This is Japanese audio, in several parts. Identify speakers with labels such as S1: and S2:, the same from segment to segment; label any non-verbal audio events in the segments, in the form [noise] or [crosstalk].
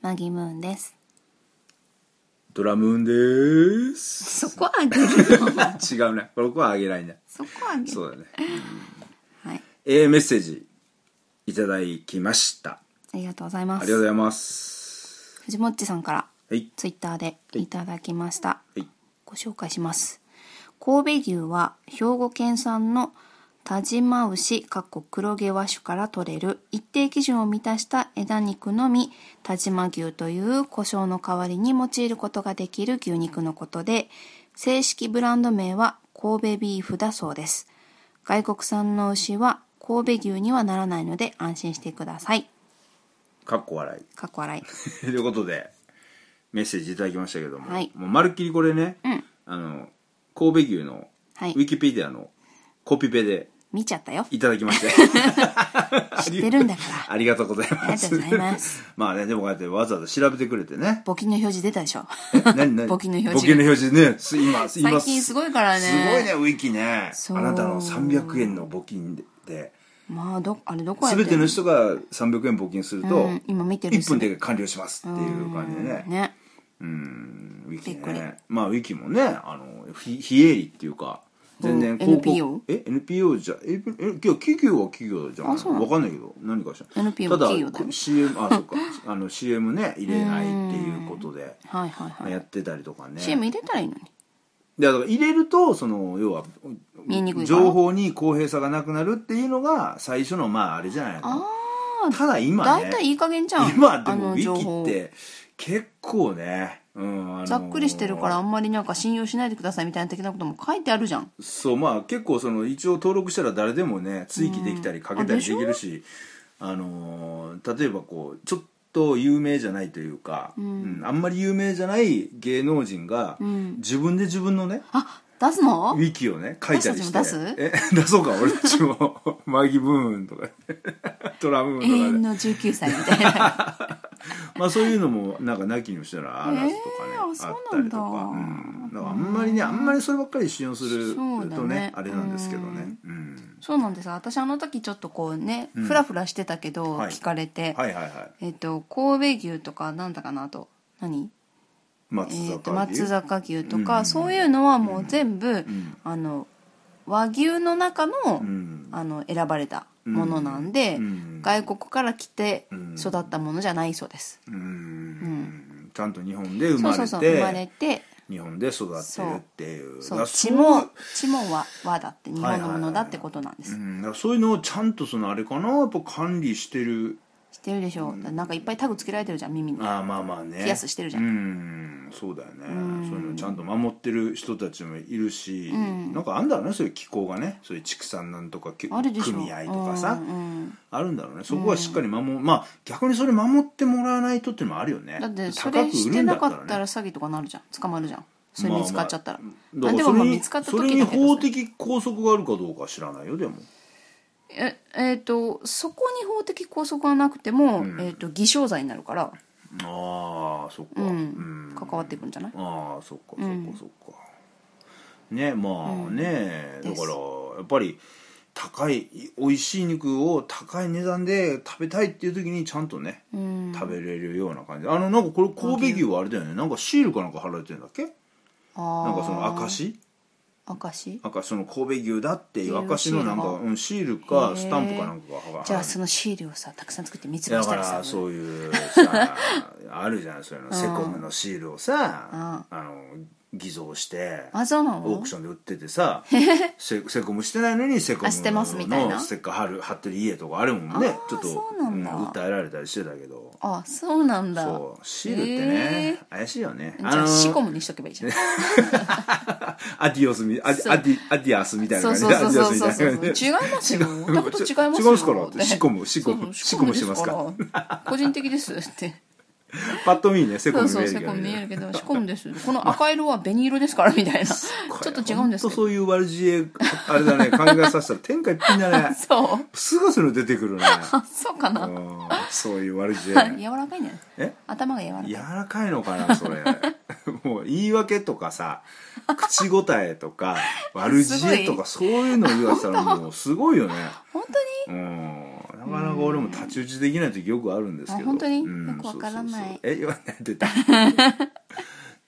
S1: なぎムーンです
S2: ドラムーンでーす
S1: そこあげるの
S2: 違うねこはあげないね
S1: そこあげる
S2: そうだね、うん
S1: はい
S2: えーメッセージいただきました
S1: ありがとうございま
S2: あ
S1: す
S2: りがとうございます
S1: 藤もっちさんから
S2: はい
S1: ツイッターでいただきました、
S2: はい
S1: ご紹介します神戸牛は兵庫県産の但馬牛かっこ黒毛和種から取れる一定基準を満たした枝肉のみ但馬牛という胡椒の代わりに用いることができる牛肉のことで正式ブランド名は神戸ビーフだそうです外国産の牛は神戸牛にはならないので安心してください
S2: かっこ笑い
S1: かっこ笑い [laughs]
S2: ということでメッセージいただきましたけども、
S1: はい
S2: もうまるっきりこれね、
S1: うん
S2: あの神戸牛の
S1: はい
S2: ウィキペディアのコピペで
S1: 見ちゃったよ
S2: いただ
S1: [laughs]
S2: きまして
S1: 知ってるんだから
S2: ありがとうござい
S1: あり
S2: ま
S1: がと
S2: す
S1: うございます。
S2: [laughs] まあねでもこうやってわざわざ調べてくれてね
S1: 募金の表示出たでしょ。
S2: 何
S1: [laughs]
S2: 何
S1: 募金の表示
S2: 募金の表示ねす今す今
S1: 最近すごいからね
S2: すごいねウィキね
S1: そう
S2: あなたの300円の募金でで
S1: まあ、ど、あれどこやって
S2: 全
S1: ん
S2: ての人が300円募金すると、
S1: うん今見てる
S2: 1分で完了しますっていう感じでね
S1: ね。
S2: うんウィキ
S1: びっくり
S2: ねまあウィキもねあのひ非営利っていうか全然広告
S1: NPO
S2: え NPO じゃええいや企業は企業じゃない
S1: あそうなの
S2: わかんないけど何かしら
S1: NPO
S2: ただ
S1: 企業だよ
S2: CM あそうかあの CM ね入れないっていうことで
S1: はいはいはい。
S2: やってたりとかね
S1: CM 入れたらいいのに。
S2: いやだから入れるとその要は
S1: 見えにくいから
S2: 情報に公平さがなくなるっていうのが最初のまああれじゃないのただ今
S1: だい
S2: ね
S1: たいいい加減じゃん。
S2: 今で
S1: あ
S2: も
S1: の
S2: ウィ
S1: 情報
S2: キっ。て結構ね、うんあのー
S1: ざっくりしてるからあんまりなんか信用しないでくださいみたいな的なことも書いてあるじゃん。
S2: そうまあ結構その一応登録したら誰でもね追記できたりかけたりできるし、あのー例えばこうちょっと有名じゃないというか、うんあんまり有名じゃない芸能人が自分で自分のね、
S1: あ、出すの
S2: ウィキをね書いたりし
S1: 私
S2: て
S1: たちも出
S2: え [laughs] 出そうか俺たちもマギブーンとかね [laughs] トラム
S1: 永
S2: ーン
S1: 遠
S2: とかね
S1: の19歳みたいな。 [laughs]
S2: まあそういうのもなんかなきにしたらあらずとかね、
S1: えーあそう
S2: あっ
S1: な
S2: た
S1: ん
S2: りと
S1: だ
S2: か,、うん、だからあんまりねあんまりそればっかり信用する
S1: そうだ
S2: とね
S1: ね
S2: あれなんですけどね、うん、
S1: そうなんです。私あの時ちょっとこうね、フラフラしてたけど、
S2: はい
S1: 聞かれて。
S2: はいはいはい
S1: えっと、神戸牛とかなんだかなあと。何
S2: 松
S1: えー、と
S2: 坂牛、
S1: 松坂牛と
S2: うんうん
S1: か、
S2: うん
S1: そういうのはもう全部、
S2: ん
S1: あの和牛の中の,、
S2: うん
S1: あの選ばれたものなんで、
S2: うん
S1: 外国から来て
S2: ん
S1: 育ったものじゃないそうです、
S2: うんちゃんと日本で生まれ
S1: そ
S2: て
S1: うそうそう生まれて
S2: 日本で育ってるっていうだ
S1: そ
S2: か
S1: う
S2: ら
S1: 血
S2: う
S1: も血も和和だって日
S2: は
S1: 本
S2: いは
S1: の
S2: い
S1: も
S2: はい
S1: のだってことなんです、
S2: うん、だからそういうのをちゃんとそのあれかなやっぱ管理してる
S1: 知ってるでしょなんかいっぱいタグつけられてるじゃん耳に
S2: ああまあまあね
S1: ピアスしてるじゃん
S2: うんそうだよねそういうのちゃんと守ってる人たちもいるし、なんかあんだろうねそういう機構がねそういう畜産なんとかき
S1: あるでしょ
S2: 組合とかさ、
S1: うんうん
S2: あるんだろうねそこはしっかり守、まあ逆にそれ守ってもらわないとっていうのもあるよね
S1: だってそ
S2: 高
S1: れ
S2: く売
S1: し
S2: る
S1: て
S2: んだ
S1: な
S2: っ
S1: か
S2: た
S1: っ
S2: ら
S1: た
S2: ね
S1: ら詐欺とかなるじゃん捕まるじゃんそれ
S2: まあまあ
S1: 見つかっちゃったら、
S2: だ
S1: あ
S2: か
S1: で
S2: ら
S1: も
S2: そ
S1: ま
S2: れ
S1: あ
S2: に
S1: 見つかった
S2: それ
S1: 時
S2: に
S1: だけど
S2: 法的拘束があるかどうかは知らないよでも
S1: ええーとそこに法的拘束がなくても、えー、と偽証罪になるから、
S2: ああそっか、
S1: うん
S2: うん
S1: 関わってくんじゃない
S2: ああそっかそっかそっか、ねまあね、
S1: うん
S2: だからやっぱり高い美味しい肉を高い値段で食べたいっていう時にちゃんとね、
S1: うん
S2: 食べれるような感じあのなんかこれ神戸牛はあれだよねなんかシールかなんか貼られてるんだっけ
S1: な
S2: なんかその証
S1: 証
S2: なんかその神戸牛だっていう
S1: っていうシ
S2: 証
S1: ールが
S2: のなんかうんシール
S1: へ
S2: か
S1: え
S2: スタンプかなんかが貼られて
S1: じゃあそのシールをさたくさん作って密売
S2: だ
S1: し
S2: か
S1: たらさ
S2: らそういうさあるじゃんそういうのセコムのシールをさあの偽造して
S1: あそうなの
S2: オークションで売って
S1: [laughs]
S2: てさセセコムしてないのにセコムの
S1: あ
S2: ス
S1: 捨
S2: テ
S1: てますみたいな
S2: ッカー貼る貼ってる家とかあるもんね
S1: あー
S2: ちょっと
S1: そうなんだ
S2: 訴えられたりしてたけど
S1: あそうなんだ
S2: そうシールってね
S1: へー
S2: 怪しいよね
S1: じゃあシコ
S2: の
S1: ムにしとけばいい
S2: [laughs]
S1: じゃん
S2: アディオスみアディ
S1: そう
S2: アディアディアスみたいな
S1: そう
S2: 感じ
S1: そう
S2: で
S1: そうそうそう
S2: アデ
S1: そう
S2: ィ
S1: 違
S2: アスみたいな感じで
S1: いますよオタクと違います
S2: 違
S1: よ
S2: うっすからってシコムシコム
S1: そうそう
S2: シコムしてますから
S1: ですから個人的です
S2: [laughs]
S1: って
S2: パッと見ねセコ
S1: そ
S2: ム
S1: う
S2: 見
S1: そうセ
S2: えるけど
S1: コム見え
S2: ね
S1: るけどシコムですこの赤色は紅色ですからみたいなちょっと違うんですけど
S2: ほとそういう悪知恵あれだね考えさせたら天下一品だ
S1: [laughs]
S2: ね
S1: そう
S2: すぐそういうの出てく
S1: [laughs]
S2: るね
S1: あそうかな
S2: うんそういう悪知恵
S1: はい柔らかいんじゃない
S2: え
S1: 頭が柔らかい
S2: 柔らかいのかなそれ [laughs] もう言い訳とかさ口答え
S1: [laughs]
S2: とか悪知恵とかそういうの言わせたらもうすごいよね
S1: 本当に
S2: うんなかなか俺も太刀打ちできない時よくあるんですけど
S1: あ本当に
S2: うん
S1: よくわからない
S2: そうそうそうえ言わない
S1: [laughs]
S2: 出た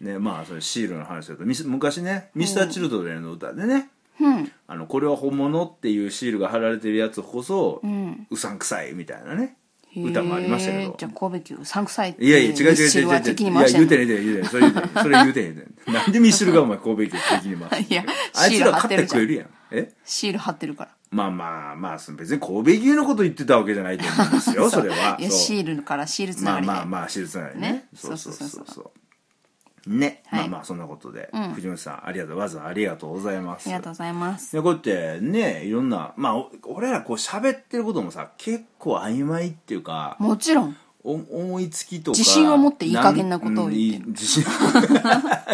S2: ねまあそれシールの話だとミス昔ねミスターチルドレンの歌でね
S1: うん
S2: あのこれは本物っていうシールが貼られてるやつこそ、う
S1: うん
S2: うさんくさいみたいなね
S1: へー
S2: 歌もありましたけど
S1: じゃあ神戸牛三臭いって
S2: いやいや違う違う違う
S1: ミスチル
S2: 違う
S1: は
S2: 違う
S1: 敵に
S2: いや
S1: 回してん
S2: 言う
S1: の
S2: てね言うてね言うてねそれ言うてねそれ言うてね言うてねなんでミスルがお前神戸駅を敵に回
S1: [laughs]
S2: す
S1: いや
S2: あい
S1: シ
S2: つ
S1: ール
S2: ら
S1: 貼っ
S2: 勝
S1: て
S2: っ
S1: る
S2: て
S1: じゃ
S2: 食
S1: ん
S2: えるやんえ
S1: シール貼ってるから
S2: まあまあまあ別に神戸牛のこと言ってたわけじゃないと思うん
S1: [laughs]
S2: ですよそれはい
S1: や
S2: そう
S1: シールからシールつな
S2: ま
S1: が
S2: あ
S1: りで
S2: まあまあ手術なりね
S1: ね
S2: そうそうそうそう
S1: そう
S2: そうね、
S1: はい
S2: まあまあそんなことで、藤本さんありがとうわざわざありがとうございます
S1: ありがとうございます
S2: でこうやってねいろんなまあお俺らこう喋ってることもさ結構曖昧っていうか
S1: もちろん
S2: お思いつきとか
S1: 自信を持っていい加減なことを言ってる
S2: なんうんいい自信 [laughs]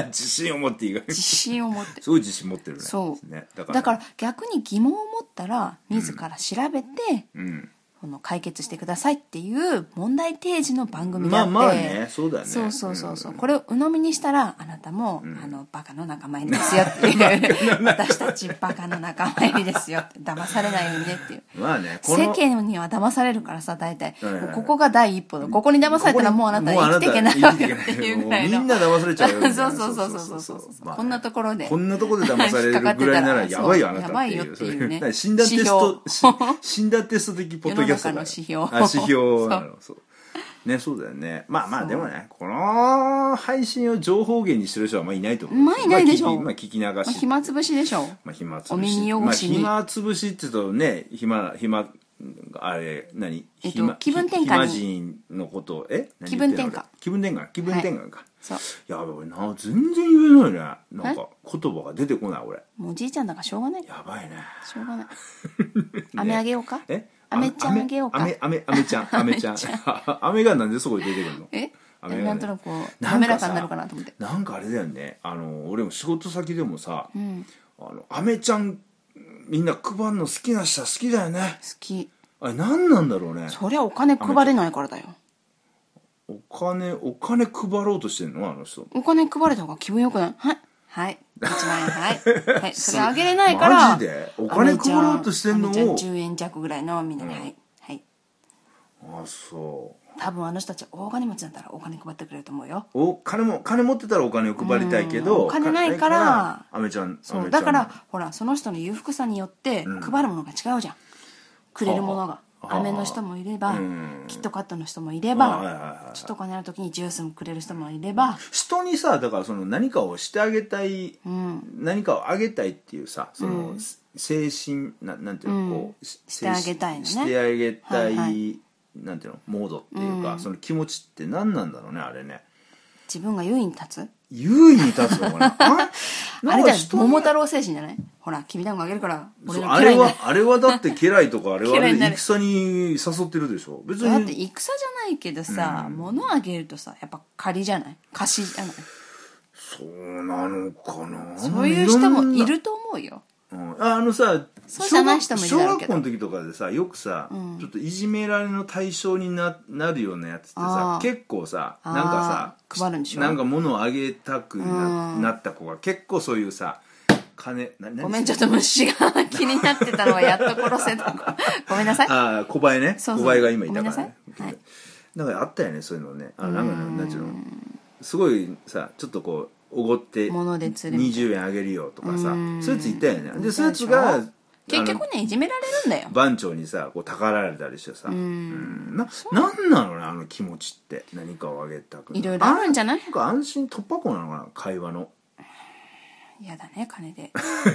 S2: 自信を持っていい加減
S1: 自信を持
S2: [laughs]
S1: って
S2: すごい自信持ってるね
S1: そう
S2: ねだ
S1: だ
S2: か
S1: からら逆に疑問を持ったら自ら調べて、
S2: うん
S1: その解決してくださいっていう問題提示の番組で
S2: ま
S1: あっ
S2: あ
S1: て、
S2: まあねそうだよね
S1: そうそうそうそう、
S2: ん
S1: これを鵜呑みにしたらあなたも、あのバカの仲間入りですよっていう私たちバカの仲間入りですよって騙されないようにねっていう
S2: まあね
S1: 世間には騙されるからさ大体、
S2: はいはいはい
S1: ここが第一歩だここに騙されたらもうあなたは生きていけないわけっていうぐらいの
S2: もうみんな騙されちゃうよみた [laughs] いな
S1: そうそうそうそうそうそうそうこんなところで
S2: こんなところで騙されるぐらいなら
S1: [laughs]
S2: やばいよ [laughs] あなた
S1: やばいよっていうね
S2: それ診断テスト
S1: 指
S2: し [laughs] 診断テスト的ポッドキャストだよ
S1: 世 [laughs] の中の
S2: あ
S1: 指
S2: 指
S1: 標
S2: 標なのそうねそうだよねまあまあでもねこの配信を情報源にしてる人はあんまいないと思う
S1: まあいないでしょ
S2: まあ聞きまあ聞き流し
S1: 暇つぶしでしょ
S2: まあ、暇つぶし
S1: お耳汚しに
S2: まあ、暇つぶしって言うとね暇暇あれ何、
S1: えっと
S2: 暇
S1: 気分転換に
S2: 暇人のことをえ何
S1: 気分転換
S2: 言ってんの俺気分転換気分転換か、
S1: そう
S2: やばい俺な全然言えないねなんか言葉が出てこない俺
S1: もうおじいちゃんだからしょうがない
S2: や [laughs] ばいね
S1: しょうがない飴あげようか
S2: え
S1: 飴ちゃんあげようか
S2: 飴飴
S1: [laughs]
S2: 飴ちゃん飴ちゃん飴がなんで [laughs] そこに出てくるの
S1: え
S2: 飴がね
S1: なんとなくこう
S2: なん
S1: 滑
S2: かさ
S1: らかになるかなと思って
S2: なんかあれだよねあの俺も仕事先でもさ、
S1: うん好
S2: あの飴ちゃんみんな配るの好きな人は好きだよね
S1: き
S2: あれ何なんだろうね
S1: そりゃお金配れないからだよ
S2: お金お金配ろうとしてんのあの人
S1: お金配れた方が気分よくないはいはい1万円
S2: [laughs]
S1: はい、はい、それあげれないから
S2: マジでお金配ろうとしてんのを
S1: あのちゃん10円弱ぐらいのみんなに、はいはい
S2: あそう
S1: 多分あの人たち大金持ちだったらお金配ってくれると思うよ
S2: お金も金持ってたらお金を配りたいけ
S1: うんお
S2: ど
S1: 金ないから
S2: あめちゃん
S1: そ
S2: 飴ちゃ
S1: うんだからほらその人の裕福さによって配るものが違うじゃん、くれるものが
S2: あ
S1: 飴の人もいれば、
S2: うん
S1: キットカットの人もいれ
S2: あはいはいは
S1: ば
S2: い
S1: ちょっとお金の時にジュースもくれる人もいれば
S2: 人にさだからその何かをしてあげたい、
S1: うん
S2: 何かをあげたいっていうさその、
S1: うん
S2: 精神ななんていうの、
S1: うん
S2: こうし
S1: してあげたいのね
S2: 精神してあげたい、
S1: はい
S2: なんていうのモードっていうか、
S1: うん
S2: その気持ちって何なんだろうねあれね
S1: 自分が優位に立つ
S2: 優位に立つの
S1: [laughs]
S2: かなあ
S1: あ
S2: なん
S1: れじ
S2: か
S1: ゃん
S2: 人に
S1: 桃太郎精神じゃないほらきびだんごあげるから俺
S2: そう
S1: の
S2: あ
S1: 家来
S2: れ
S1: にな
S2: は、あれはだって家来とかあれはあれ
S1: 家来に
S2: で
S1: なる
S2: 戦に誘ってるでしょ。別
S1: だって戦
S2: に。
S1: じゃないけどさ、
S2: うん
S1: 物あげるとさやっぱ借りじゃない貸しじゃない
S2: そうなのかな
S1: そういう人もい
S2: ろんな
S1: ると思うよ
S2: うんああのさ、
S1: そうじゃない人もいるだ
S2: 小
S1: ろう
S2: 学
S1: け
S2: 校
S1: ど
S2: の時とかでさ、よくさ、
S1: うん
S2: ちょっといじめられの対象にななるようなやつってさ
S1: あ、ー
S2: 結構さ、
S1: あー
S2: なんかさ、
S1: 配るんでしょ
S2: なんか物をあげたくな,、
S1: うん
S2: なった子が結構そういうさ、金、な
S1: ごめんちょっ
S2: と。
S1: と虫が気になってたのはやっと殺せた
S2: [laughs]
S1: ごめんなさい
S2: ああ、小林ね。
S1: そうそう
S2: 小林が今いたからね
S1: ごめんなさいはい。
S2: なんかあったよね、そういうのね。あなんかね、なんていうの
S1: ん
S2: すごいさちょっとこうおごって
S1: 物で釣るみた
S2: 20円あげるよとかさ
S1: うん
S2: そういうやついたよねでそういうやつ
S1: い
S2: が
S1: たでしょ結
S2: あ
S1: 局
S2: の
S1: ねいじめられるんだよ
S2: 番長にさこうたかられたりしてさ
S1: うん
S2: うんななんなのねあの気持ちって何かをあげたく
S1: いろいろあるんじゃ
S2: ない
S1: ない
S2: なんか安心突破口なのかな会話の [laughs]
S1: 嫌だね金で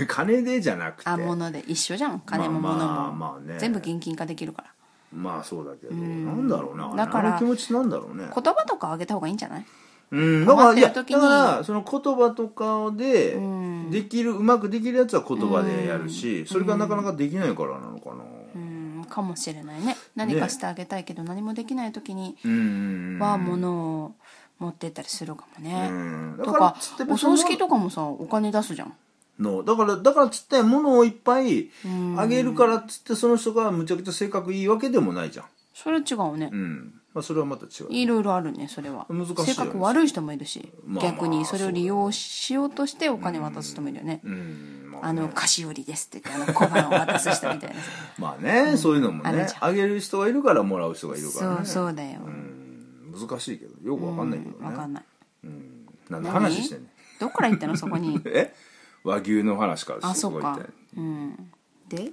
S2: 金でじゃなくて
S1: あ物で一緒じゃん金も
S2: まあ
S1: 物も、
S2: まあまあね
S1: 全部現金化できるから
S2: まあそうだけど
S1: ん
S2: なんだろうな
S1: だから
S2: あの気持ちなんだろうね
S1: 言葉とかあげた方がいいんじゃない
S2: うん、だからいや
S1: 困ってる時
S2: だか
S1: に
S2: らその言葉とかで
S1: ん
S2: できる、うまくできるやつは言葉でやるし、それがなかなかできないからなのかな
S1: うんかもしれないね何かしてあげたいけど何もできない時に
S2: うん、
S1: は物を持ってったりするかも
S2: う
S1: ね、
S2: ん、だ
S1: と
S2: から
S1: か
S2: つって
S1: お葬式とかもさお金出すじゃん
S2: のだからだからつって物をいっぱいあげるからつってその人がむちゃくちゃ性格いいわけでもないじゃん
S1: それは違うね、
S2: うん、まあ、それはまた違う
S1: いろいろあるねそれは
S2: 難しいよね
S1: 性格悪い人もいるし、
S2: まあまあ
S1: 逆にそれを利用しようとしてお金渡す人もいるよね、
S2: うんもんね
S1: あの菓子折りですって言ってあの小判を渡す人み
S2: [laughs]
S1: たいな
S2: まあね、そういうのも
S1: ある
S2: ね
S1: じゃ
S2: あげる人がいるからもらう人がいるか
S1: そ
S2: らね
S1: うそうだよ、
S2: うん難しいけどよくわかんないけどね、
S1: わかんない
S2: うんなんで話してんねん
S1: どっから行ったのそこ
S2: [laughs]
S1: に
S2: え和牛の話から
S1: あそっ
S2: こ行っ
S1: か
S2: て
S1: うんで